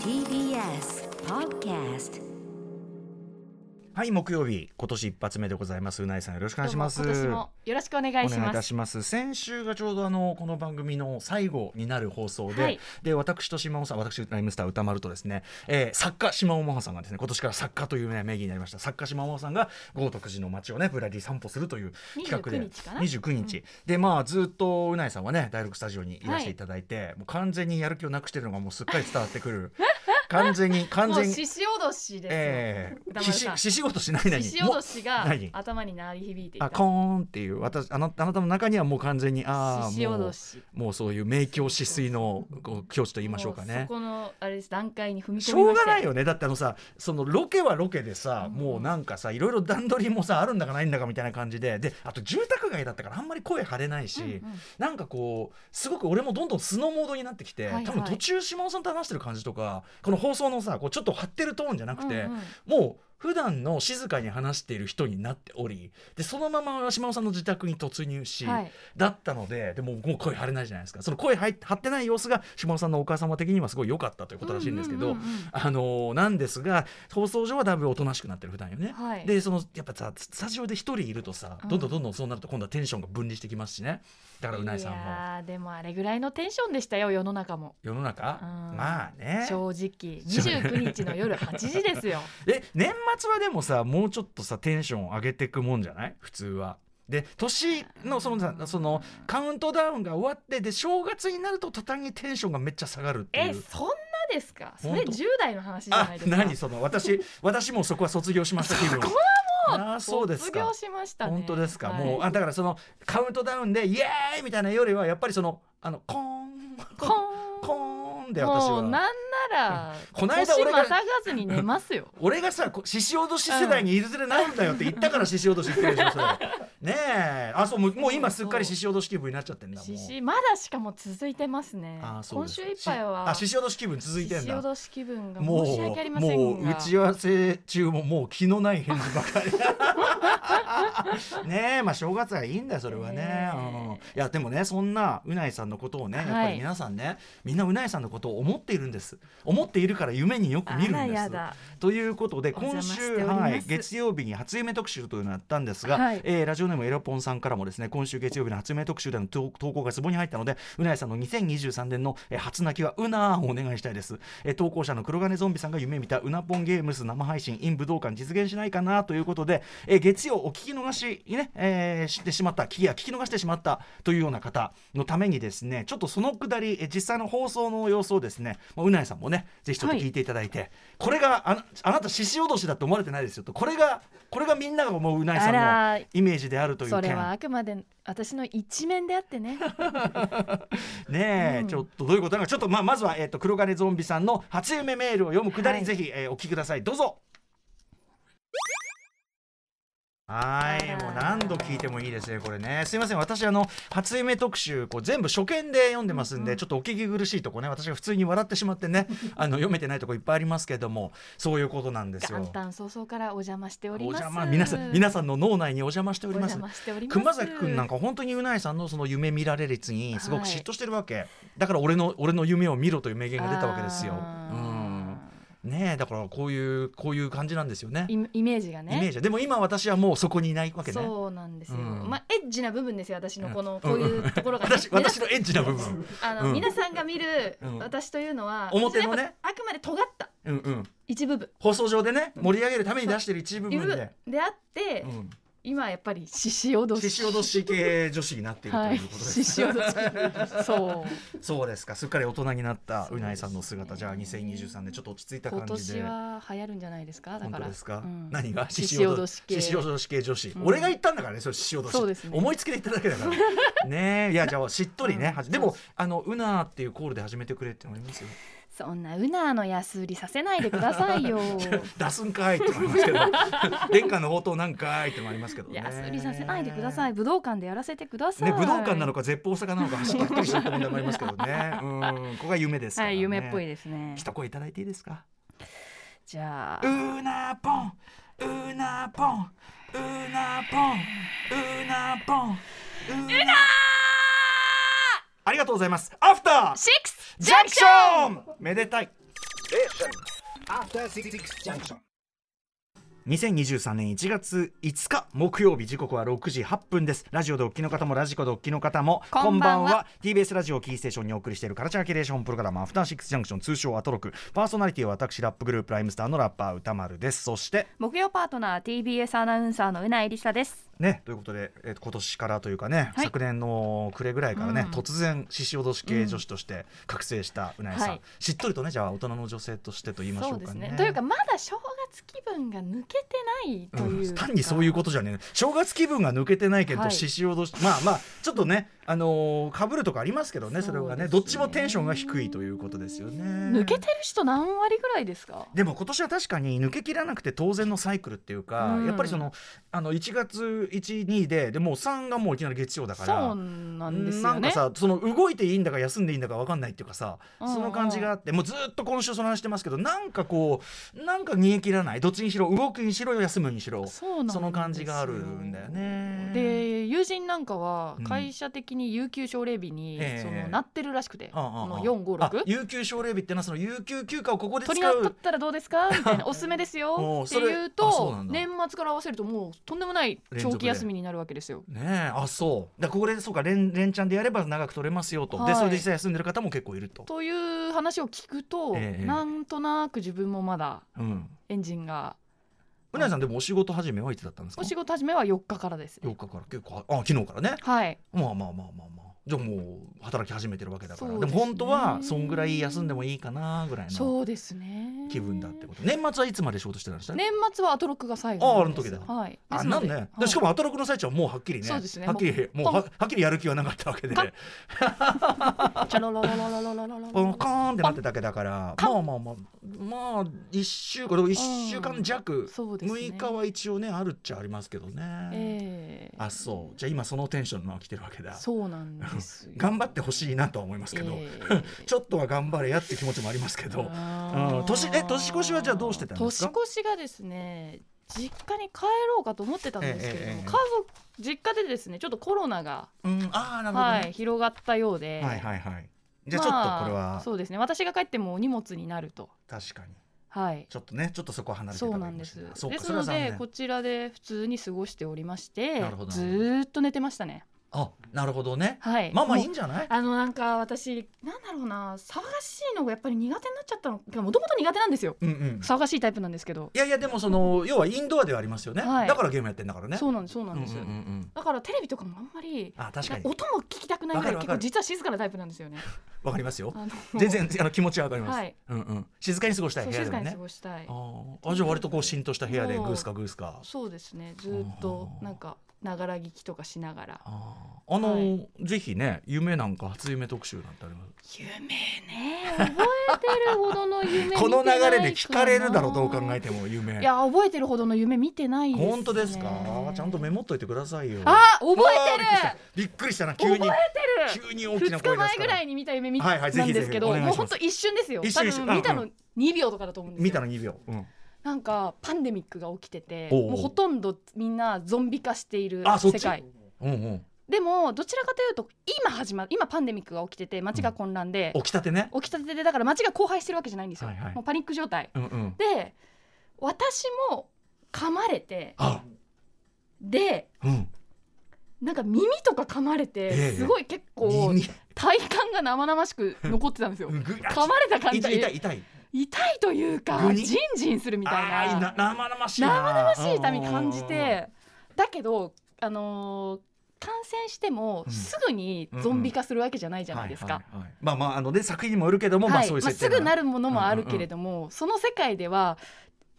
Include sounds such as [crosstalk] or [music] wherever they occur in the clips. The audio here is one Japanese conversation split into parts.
TBS Podcast はい、木曜日、今年一発目でございます。うないさん、よろしくお願いします。どうも今年もよろしくお願いしお願いいまたす。します先週がちょうどあのこの番組の最後になる放送で、はいで私と島尾さん私ライムスター歌丸とですね、えー作家島尾真帆さんがですね今年から作家という、ね、名義になりました作家島尾真帆さんが豪徳寺の街をねぶらり散歩するという企画で29日かな29日でまあずっとうないさんはね第6スタジオにいらしていただいて、もう完全にやる気をなくしてるのがもうすっかり伝わってくる完全に完 [laughs] もう全に獅子おどしですよ。ええ歌ひ丸しさんし仕事しないなに獅子おどしが何頭に鳴り響いていあた。コーンっていう私あなあなたの中にはもう完全にああ獅子おもどうし。もうそういう明鏡止水のこう境地と言いましょうかもそね。このあれです段階に踏みしょ込みうましがた。ないよねだってあのさそのロケはロケでさ、もうなんかさいろいろ段取りもさあるんだかないんだかみたいな感じでであと住宅街だったからあんまり声張れないし、うんうんなんかこうすごく俺もどんどん素のモードになってきて、はいはい多分途中島尾さんと話してる感じとかこの放送のさこうちょっと張ってるトーンじゃなくて、うんうんもう普段の静かに話している人になっておりでそのまま島尾さんの自宅に突入し、はいだったのででももう声張れないじゃないですかその声張い張ってない様子が島尾さんのお母様的にはすごい良かったということらしいんですけど、うんうんうんうんあのーなんですが放送上はだいぶおとなしくなってる普段よね。はいでそのやっぱさスタジオで一人いるとさうんどんどんどんどんそうなると今度はテンションが分離してきますしねだからうないさんいも。やーでもあれぐらいのテンションでしたよ世の中も。世の中うんまあね正 [laughs] 直29日の夜8時ですよ。え年末はでもさもうちょっとさテンション上げてくもんじゃない普通は。で年 [laughs] のそのさそのカウントダウンが終わってで正月になると途端にテンションがめっちゃ下がるっていえう。そんなですか。それ本当10代の話じゃあないですか。何その私私もうそこは卒業しました気分。あーそうです卒か業。しましたね。本当ですか、はいもうあだからそのカウントダウンでイエーイみたいなよりはやっぱりそのあのコーンこーんコーンで私もうなは。んなら、こないだ年俺がまたがずに寝ますよ俺がさこ獅子おどし世代にいずれなるんだよって言ったから獅子おどしって言ってるでしょそれねえあそうもうもう今すっかり獅子おどし気分に [laughs] なっちゃってんだも獅う子まだしかも続いてますねあそう今です週かいっぱいはあ獅子おどし気分続いてん獅子おだどし気分がも申し訳ありまうせんがもう打ち合わせ中ももう気のない返事ばかり [laughs] ねえまあ正月はいいんだよそれはねね、えうん、いやでもねそんなうないさんのことをねやっぱはりい皆さんね、みんなうないさんのことを思っているんです思っているから夢によく見るんですあらやだということでお邪今魔してお週、りますはい、月曜日に初夢特集というのをやったんですが、はいえーラジオネームエロポンさんからもですね今週月曜日の初夢特集での投投稿がツボに入ったのでうなえさんの2023年の、えー初泣きはうなーをお願いしたいです、えー投稿者の黒金ゾンビさんが夢見たうなぽんゲームス生配信 in 武道館実現しないかなということで、えー月曜お聞き逃しにね、えーしてしまった聞きや聞き逃してしまったというような方のためにですねちょっとそのくだり、えー実際の放送の様子をですね、まあ、うなえさんもねぜひちょっと聞いていただいて、これがあなあなた獅子おどしだと思われてないですよとこれがこれがみんなが思ううなえさんあのらイメージであるというそれ件はあくまで私の一面であってねねえ、ちょっとどういうことなのかちょっとまあまずは、えっと黒金ゾンビさんの初夢メールを読むくだり、はいぜひ、えーお聞きくださいどうぞはあいらもう何度聞いてもいいですねこれねすいません私あの初夢特集こう全部初見で読んでますんで、ちょっとお聞き苦しいとこね私が普通に笑ってしまって [laughs] ねあの読めてないとこいっぱいありますけども [laughs] そういうことなんですよ元旦早々からお邪魔しておおります邪魔皆さん皆さんの脳内にお邪魔しておおります邪魔しております熊崎くんなんかか本当にうないさんのその夢見られ率にすごく嫉妬してるわけ、だから俺の俺の夢を見ろという名言が出たわけですよ。うんねえだからこういうこういう感じなんですよねイイメージがねイメージはでも今私はもうそこにいないわけねそうなんですよ、うんまあエッジな部分ですよ私のこうんのこういうところが、ね私私のエッジな部分あの、うん皆さんが見るうん私というのは、表のねやっぱあくまで尖ったうんうん一部分放送上でね盛り上げるために出してる一部一分部分で。であって、うん今はやっぱり獅子おど獅し子おどし系女子になっているとはいいうこと [laughs] です、獅子おどしそうそうですかすっかり大人になったそううですねないさんの姿、じゃあ2023年ちょっと落ち着いた今感じで年は流行るんじゃないですかだ本か当らですか、うん何が獅子獅子おどし系獅子おどし系女子、うん俺が言ったんだからねそれ獅子おどしそうですね思いつきで言っただけだから [laughs] ねえいやじゃあしっとりね、うんはじでもあのうなーっていうコールで始めてくれって思いますよそんなうなの安売りさせないでくださ [laughs] いよ出すんかいって思いますけ [laughs] ど殿下の応答なんかいって思いますけどね安売りさせないでください武道館でやらせてくださねい武道館なのか絶望大阪なのか走ったりするって問題もありますけど [laughs] ねうんここが夢ですから、はね、い夢っぽいですね一声いただいていいですかじゃうあーなーぽんうーなーぽんうーなーぽんうーなーぽんうーなーありがとうございますアフターシックスジャンクションめでたい After Six Junction. 2023年1月5日木曜日時刻は6時8分ですラジオでお聞きの方もラジコでお聞きの方もこんばんは TBS ラジオをキーステーションにお送りしているカルチャーキュレーションプログラムアフターシックスジャンクション通称アトロクパーソナリティは私ラップグループライムスターのラッパー歌丸ですそして木曜パートナー TBS アナウンサーのうないりさですねということで、えー今年からというかね、はい昨年の暮れぐらいからね、うん突然獅子おどし系女子として覚醒したうなえさん、はいしっとりとねじゃあ大人の女性としてと言いましょうかねというかまだ正月気分が抜けてないという、うん単にそういうことじゃねえ正月気分が抜けてないけどはい獅子おどしまあまあちょっとねあのかぶるとかありますけどねそれがねそどうっですねちもテンションが低いということですよね抜けてる人何割ぐらいですかでも今年は確かに抜けきらなくて当然のサイクルっていうか、うんやっぱりそのあの1月12ででもう3がもういきなり月曜だからそうなんですなよんねかさその動いていいんだか休んでいいんだか分かんないっていうかさうんうんその感じがあってもうずっと今週その話してますけどなんかこうなんか煮え切らないどっちにしろ動くにしろ休むにしろそうなんですよその感じがあるんだよね。で友人なんかはうん会社的に有給奨励日にええそのなってるらしくて、あああこのあ456有給奨励日ってのはその有給休暇をここで使取り取っうたらどうですかみ [laughs] たいなおすすめですおうよってそれいあうそうとなんだ年末から合わせるともうとんでもない長期休みになるわけですよ。ねえあそうだからここでそうか連連チャンでやれば長く取れますよと、はでいそれで実際休んでる方も結構いると。という話を聞くと、ええなんとなく自分もまだうんエンジンがうなえさんでもお仕事始めはいつだったんですかお仕事始めは4日からですね、 4日から結構あ昨日からねはいまあまあまあまあまあじゃあもう働き始めてるわけだからで,、そうですねも本当はそんぐらい休んでもいいかなぐらいのそうですね気分だってこと年末はいつまで仕事してたんでした年末はアトロックが最後なんですああの時だはいであすなのんでね、はいしかもアトロクの最中はもうはっきりねそうですねはっきりもうもはうはっきりやる気はなかったわけでパンポチャロロロロロロロロロンコーンってなってたわけだからまあまあまあまあ1週間1週間弱、そうですね6日は一応ねあるっちゃありますけどね、ええあそうじゃあ今そのテンションのまま来てるわけだそうなんですよ頑張ってほしいなとは思いますけど、え [laughs] えちょっとは頑張れやって気持ちもありますけど。あーうん年え年越しはじゃあどうしてたんですか年越しがですね実家に帰ろうかと思ってたんですけれども、ええええええ家族実家でですねちょっとコロナが、うん、ああ、なるほど、ね。はい、広がったようで、はいはいはい。じゃあちょっとこれまあはそうですね私が帰ってもお荷物になると確かにはいちょっとねちょっとそこは離れてたそう方ながいいんかもですしれないそうかですそれはの残で念こちらで普通に過ごしておりましてなるほどずーっと寝てましたねあなるほどね。はいまあまあいいもうんじゃない？あのなんか私なんだろうな騒がしいのがやっぱり苦手になっちゃったのもともと苦手なんですようんうん。騒がしいタイプなんですけどいやいやでもその要はインドアではありますよね。はいだからゲームやってんだからね。そうなんですそうなんです、うんうんうんうんだからテレビとかもあんまりあ確かに音も聞きたくないぐらいわかる結わかる構実は静かなタイプなんですよねわかりますよ。あの全然あの気持ちはわかります。はいうんうん。静かに過ごしたいそう部屋静でかもに過ね。ごしたいあーあじゃあ割とこう浸透した部屋でグースかグースか。そうですねずーっとあーなんかながら聞きとかしながらあーあのーぜひね夢なんか初夢特集なんてあります。夢ね覚えてるほどの夢見てないか [laughs] こなの流れで聞かれるだろうどう考えても夢。いや覚えてるほどの夢見てないです、ね、本当ですか。ちゃんとメモっといてくださいよ。あ覚わえあびっくりしたびっくりしたな急てるに覚えてる急に大きな声2日出前すかぐらら。いに見た夢見はいはいぜなひんぜひですけど、お願いしまもうす本当一瞬ですよ一瞬一瞬多分見たうの2秒とかだと思うんですよ見たの2秒。うんなんかパンデミックが起きてておうおうもうほとんどみんなゾンビ化しているあそっ世ち界うんうん。でもどちらかというと今始ま今パンデミックが起きてて街が混乱で、起きたてね。起きたてでだから街が荒廃してるわけじゃないんですよ、はいはいもうパニック状態うんうん。で私も噛まれてあでうん。なんか耳とか噛まれて、ええすごい結構耳体感が生々しく残ってたんですようんぐ噛まれた感じ痛い痛い痛い。痛いというかぐにジンジンするみたあいーなな生々しいな。生々しい痛みうんうんうん感じ。てだけどあのー感染してもうんすぐにゾンビ化するわけじゃないじゃないですはか。いはいはいまあまああのね作品にもよるけどもまあはいそうまいあう設す定ぐなるるものもあるけれどもその世界では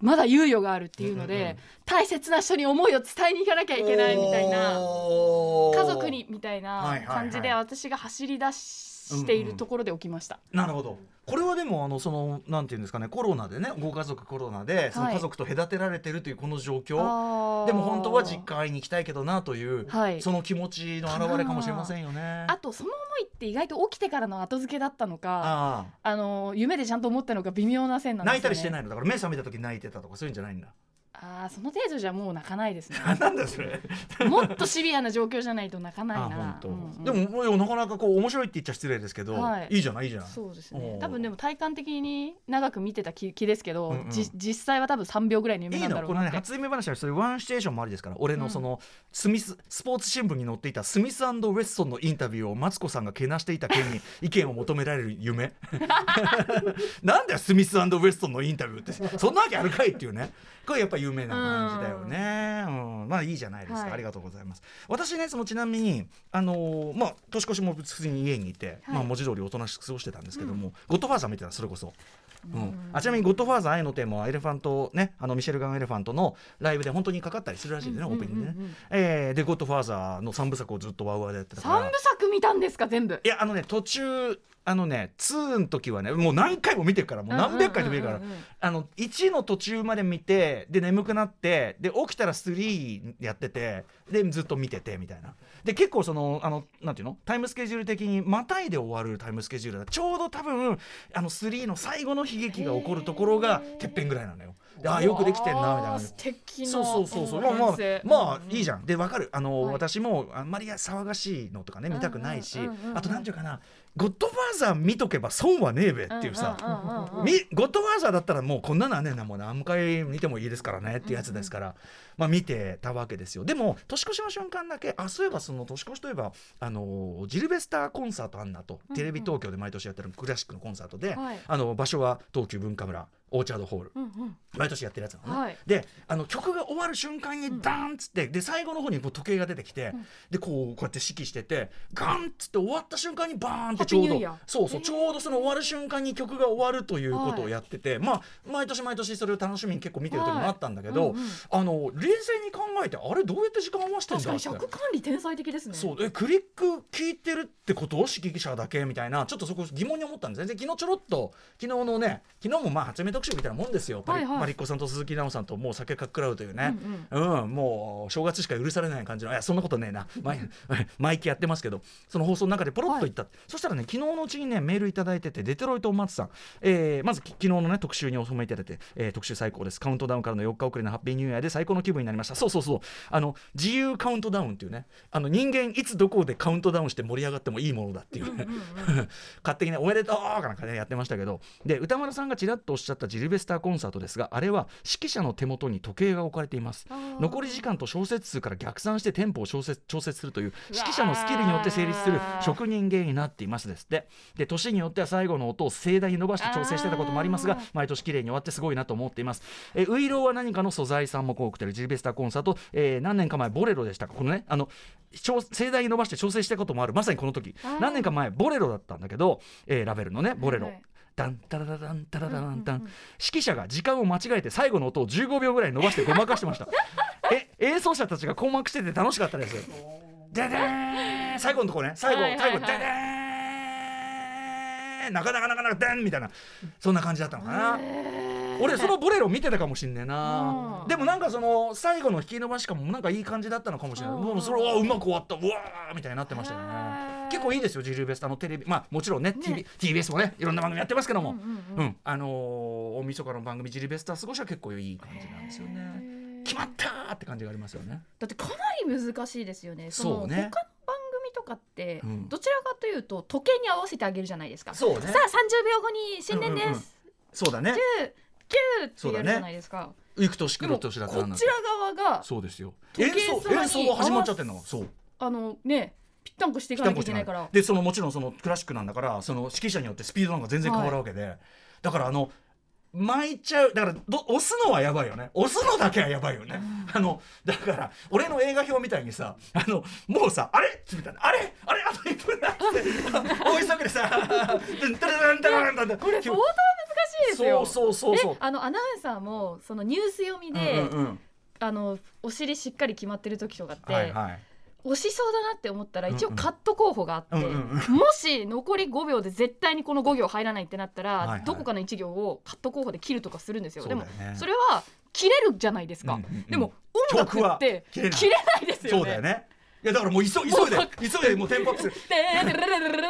まだ猶予があるっていうのうんうんうんで大切な人に思いを伝えに行かなきゃいけないみたいな家家族にみたいな感じはいはいでは私が走り出しているところで起きました。なるほど。これはでもあのそのなんていうんですかねコロナでねご家族コロナでそのはい家族と隔てられてるというこの状況、ででも本当は実家会いに行きたいけどなという、はいその気持ちの表れかもしれませんよね。あとその思いって意外と起きてからの後付けだったのかああの夢でちゃんと思ったのか微妙な線あなん泣ですよ、ね、いたりしてないのだから目覚めた時泣いてたとかそういうんじゃないんだ。ああその程度じゃもう泣かないですね [laughs] なんだそれもっとシビアな状況じゃないと泣かないあな本当、うんうんでももうなかなかこう面白いって言っちゃ失礼ですけど、はいい、いじゃないいいじゃないそうですおねー多分でも体感的に長く見てた気気ですけど、うんうんじ実際は多分3秒ぐらいの夢いいなんだのろうこのなねって初夢話はそういうワンシチュエーションもありですから俺のそのスミス、スポーツ新聞に載っていたスミスウェッソンのインタビューをマツコさんがけなしていた件に意見を求められる夢なんだよスミスウェッソンのインタビューってそんなわけあるかいっていう [laughs] ねこれやっぱ有名な感じだよね、うんまあいいじゃないですか、はいありがとうございます私ねそのちなみにあのーまあ年越しも普通に家にいて、はいまあ文字通りおとなしく過ごしてたんですけども、ゴッドファーザー見てたそれこそ。うん、あちなみに「ゴッドファーザー愛のテーマ」はエレファントねあのミシェルガン・エレファントのライブで本当にかかったりするらしいんでね、うんうんオープニングでね、うんうんえーで「ゴッドファーザー」の3部作をずっとワウワウでやってたから3部作見たんですか全部いやあのね途中あのね2の時はねもう何回も見てるからもう何百回と見るから、うんうんうんうんあの1の途中まで見てで眠くなってで起きたら3やっててでずっと見ててみたいなで結構そのあのなんていうのタイムスケジュール的にまたいで終わるタイムスケジュールだちょうど多分あの3の最後の悲劇が起こるところがへーてっぺんぐらいなのよでああよくできてんなみたいなあー感じ素敵なそうそうそうそう、んまあまあ編成、まあうんうんいいじゃんでわかるあの、はい私もあんまり騒がしいのとかね見たくないし、うんうんうんうんあと何ていうかな「ゴッドファーザー」見とけば損はねえべっていうさ、みゴッドファーザーだったらもうこんなのはねえなもう何回見てもいいですからねっていうやつですから、まあ見てたわけですよでも年越しの瞬間だけあそういえばその年越しといえばあのジルベスターコンサートあんなと、テレビ東京で毎年やってるクラシックのコンサートで、はいあの場所は東急文化村オーチャードホールうんうん毎年やってるやつなのね、はいであの曲が終わる瞬間にダーンっつって、で最後の方にこう時計が出てきて、でこうこうやって指揮しててガンっつって終わった瞬間にバーンってちょうハッピーニュどーイヤーそうそへうーちょうどその終わる瞬間に曲が終わるということをやってて、まあ毎年毎年それを楽しみに結構見てる時もあったんだけど、はいうんうんあの冷静に考えてあれどうやって時間合わせてん確だってかに尺管理天才的ですねそうえクリック聞いてるってこと指揮者だけみたいなちょっとそこ疑問に思ったんですねで昨日ちょろっと昨日のね昨日もまあ初め特集みたいなもんですよパリ,、はいはいパリッコさんと鈴木奈緒さんともう酒かっくらうというね、うんもう正月しか許されない感じのいやそんなことねえな毎 [laughs] 毎期やってますけどその放送の中でポロッと言った、そしたらね昨日のうちにねメールいただいててデテロイトお松さん、えーまずき昨日のね特集にお染めいただいて、えー特集最高ですカウントダウンからの4日遅れのハッピーニューイヤーで最高の気分になりましたそうそうそうあの自由カウントダウンっていうねあの人間いつどこでカウントダウンして盛り上がってもいいものだっていうね [laughs] 勝手にね「おめでとう!」かなんかねやってましたけどで歌丸さんがちらっとおっしゃったジルベスターコンサートですがあれは指揮者の手元に時計が置かれていますあー残り時間と小節数から逆算してテンポを調節調節するという指揮者のスキルによって成立する職人芸になっていますですってで年によっては最後の音を盛大に伸ばして調整してたこともありますあがー毎年綺麗に終わってすごいなと思っていますえーウイローは何かの素材さんも多くてジルベスターコンサート、えー何年か前ボレロでしたかこのねあの調盛大に伸ばして調整したこともあるまさにこの時あー何年か前ボレロだったんだけど、えーラベルのねボレロ、はいはいダンタララランタララランタン、指揮者が時間を間違えて最後の音を15秒ぐらい伸ばしてごまかしてました [laughs] え演奏者たちが困惑してて楽しかったですででーん最後のとこね最後、はいはいはい最後ででーんなかなかなかなかでんみたいなそんな感じだったのかな、俺そのボレロ見てたかもしんねえな、うんでもなんかその最後の引き伸ばしかもなんかいい感じだったのかもしれない、うんもうそれはうまく終わったうわーみたいになってましたよねへー結構いいですよジルベスタのテレビまあもちろんねね TV TBS もねいろんな番組やってますけども、うんうんうん、あのー、大晦日の番組「ジリベスター過ごし」は結構いい感じなんですよね。へー決まったーって感じがありますよね。だってかなり難しいですよねそのそう他のね番組とかってうんどちらかというと時計に合わせてあげるじゃないですかさあそうね30秒後に新年うんでうんうんすそうだね。 9ってそうやだるねじゃないですか行く年来でるもこ年ちだらから側なんてがそうですよ。時演計奏さらに演奏が始まっちゃってんの。そう。あのねぴったんこしていかなきゃいけないからでそのもちろんそのクラシックなんだからその指揮者によってスピードなんか全然変わるわけで、だからあの巻いちゃうだからど押すのはやばいよね押すのだけはやばいよね、あのだから俺の映画表みたいにさあのもうさあれみたいなあれあれあと1分だって大急ぎでさ「ダラダラダラダラダラこれ相当難しいですよそうそうそうそうであのアナウンサーもそのニュース読みで、うんうんうんあのお尻しっかり決まってる時とかって、はいはい押しそうだなって思ったらうんうん一応カット候補があって、うんうんもし残り5秒で絶対にこの5行入らないってなったら、はいはいどこかの1行をカット候補で切るとかするんですよそうだよねでもそれは切れるじゃないですか、うんうんうんでも音楽って切曲は切れれなないいですよね。そうだよねいやだからもう急い急いで急いでもうテンポアップするででででででででで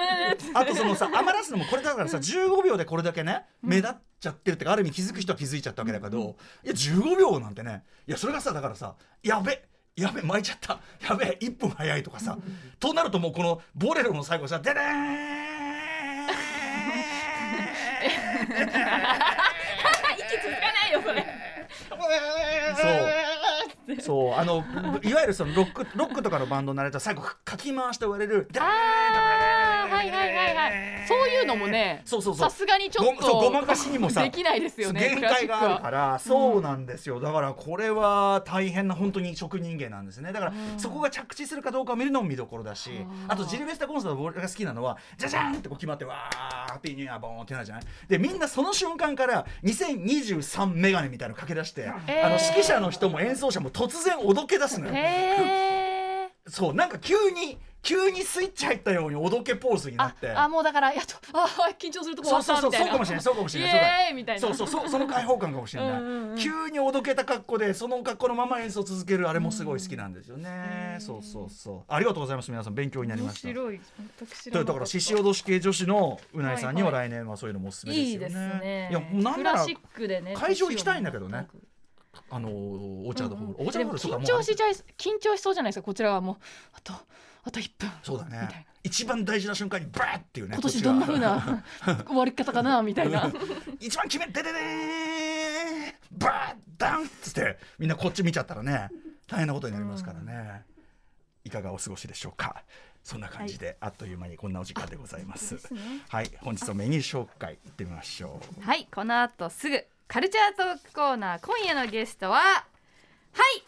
あとそのさ余らすのもこれだからさ15秒でこれだけね目立っちゃってるってかある意味気づく人は気づいちゃったわけだけど、いや15秒なんてねいやそれがさだからさやべやべ巻いちゃったやべ1分早いとかさ、となるともうこの「ボレロ」の最後さ「ででーん息つかないよそれそうそうあのいわゆるそのロックロックとかのバンドになれたら最後かき回しと言われる「ででーんあーはいはいはいはいそういうのもねそうそうそうさすがにちょっごそうとごまかしにもさできないですよね限界があるクラシックかはらそうなんですよだからこれは大変な本当に職人芸なんですねだからそこが着地するかどうかを見るのも見どころだしあとジルベスタ・コンサート俺が好きなのはじゃじゃんってこう決まってわーハッピーニューイヤーボーンってなるじゃないでみんなその瞬間から2023メガネみたいなのかけ出して、えーあの指揮者の人も演奏者も突然おどけ出すのよ。へそうなんか急に急にスイッチ入ったようにおどけポーズにーなあってあもうだからやっとあー緊張するとこ終そわっうそうたそうみたいなそうかもしれないそうかもしれないそうかもしれないイエーイみたいなそうそうそうその解放感かもしれない、うんうんうん急におどけた格好でその格好のまま演奏続けるあれもすごい好きなんですよね、そうそうそうありがとうございます皆さん勉強になりました白い私知といらうなとこかったろ獅子おどし系女子のうないさんにはは来年はそういうのもおすすめですいいよねですねいやもうなんクなラらシックでね会場行きたいんだけどね年をもあのオーチャードホール、うんうんオーチャードホールとか緊も張しちゃい緊張しそうじゃないですかこちらはもうあとあと1分そうだみたいねな一番大事な瞬間にバーっていうね今年どんな風こっちが [laughs] な終わり方かなみたいな一番決めてででーんバーダンっつってみんなこっち見ちゃったらね大変なことになりますからね、いかがお過ごしでしょうかそんな感じで、あっという間にこんなお時間でございますはい本日のメニュー紹介いってみましょうはいこの後すぐカルチャートークコーナー今夜のゲストははい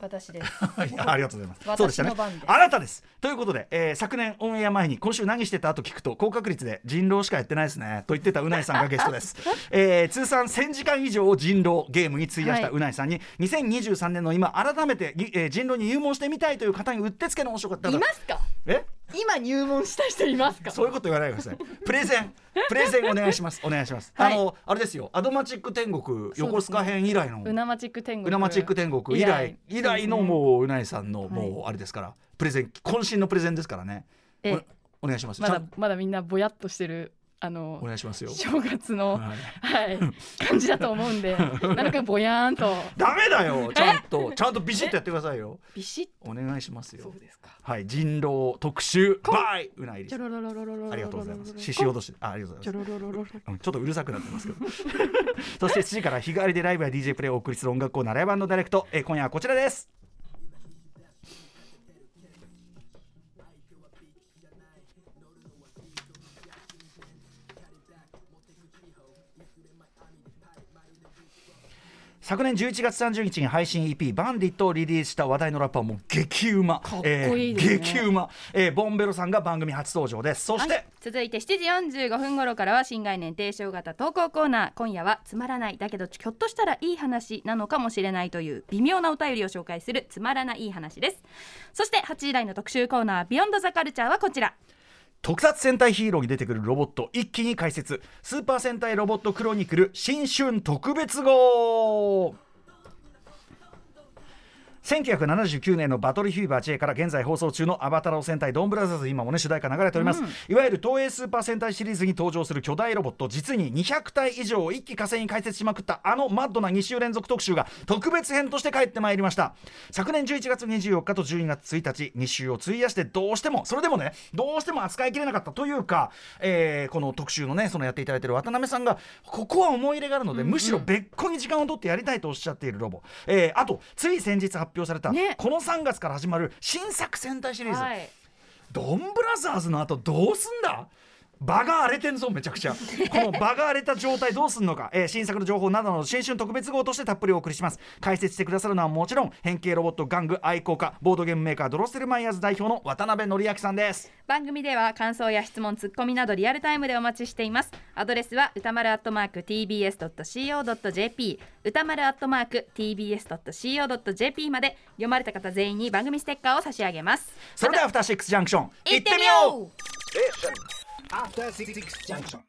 私です [laughs] [laughs] はい、 [laughs] ありがとうございます。私そうでしたねの番で。すあなたです。ということで、えー昨年オンエア前に今週何してたと聞くと高確率で人狼しかやってないですねと言ってたうないさんがゲスト [laughs] です。えー通算1000時間以上を人狼ゲームに費やしたはいうないさんに、2023年の今改めて、ぎえー人狼に入門してみたいという方にうってつけの面白かったいますかえ今入門した人いますかそういうこと言わないでくだ [laughs] さい。プレゼン、プレゼンお願いします。お願いします。はいあのあれですよ、アドマチック天国横須賀編以来の。ウナマチック天国ウナマチック天国以来以来のもううないさんのもうあれですから、プレゼン渾身のプレゼンですからねえおお願いしますまちゃだんまだみんなぼやっとしてるあのお願いしますよ正月の、はいはい、感じだと思うん [laughs] でなるかぼやーんとダメだよちゃんとちゃんとビシッとやってくださいよビシッお願いしますよですかはい人狼特集バイうないりちさょんろろろろろろありがとうございます獅子おどしあありがとうごちざょいますろろろろろうんちょっとうるさくなってますけどそして7時から日替わりでライブや DJ プレイをお送りする音楽コーナーライブダイレクト、えー今夜はこちらです昨年11月30日に配信 EP「バンディット」をリリースした話題のラッパーもう激うまかっこいいですね激うま、えーボンベロさんが番組初登場ですそして、はい続いて7時45分頃からは新概念提唱型投稿コーナー今夜はつまらないだけどひょっとしたらいい話なのかもしれないという微妙なお便りを紹介するつまらないいい話ですそして8時台の特集コーナービヨンドザカルチャーはこちら特撮戦隊ヒーローに出てくるロボット一気に解説スーパー戦隊ロボットクロニクル新春特別号1979年のバトルフィーバー J から現在放送中の「アバタロー戦隊ドンブラザーズ」今もね主題歌流れております、いわゆる東映スーパー戦隊シリーズに登場する巨大ロボット実に200体以上を一気火星に解説しまくったあのマッドな2週連続特集が特別編として帰ってまいりました昨年11月24日と12月1日2週を費やしてどうしてもそれでもねどうしても扱いきれなかったというか、えーこの特集のねそのやっていただいてる渡辺さんがここは思い入れがあるので、むしろ別個に時間を取ってやりたいとおっしゃっているロボ、えーあとつい先日発表された、ねこの3月から始まる新作戦隊シリーズ、はいドンブラザーズの後どうすんだ場が荒れてんぞめちゃくちゃこの場が荒れた状態どうすんのか、えー新作の情報などの新春特別号としてたっぷりお送りします解説してくださるのはもちろん変形ロボット玩具愛好家ボードゲームメーカードロッセルマイヤーズ代表の渡辺則明さんです番組では感想や質問ツッコミなどリアルタイムでお待ちしていますアドレスは歌丸アットマーク tbs.co.jp 歌丸アットマーク tbs.co.jp まで読まれた方全員に番組ステッカーを差し上げますそれではアフターシックスジャンクション行ってみよう Listen. After Six Junction.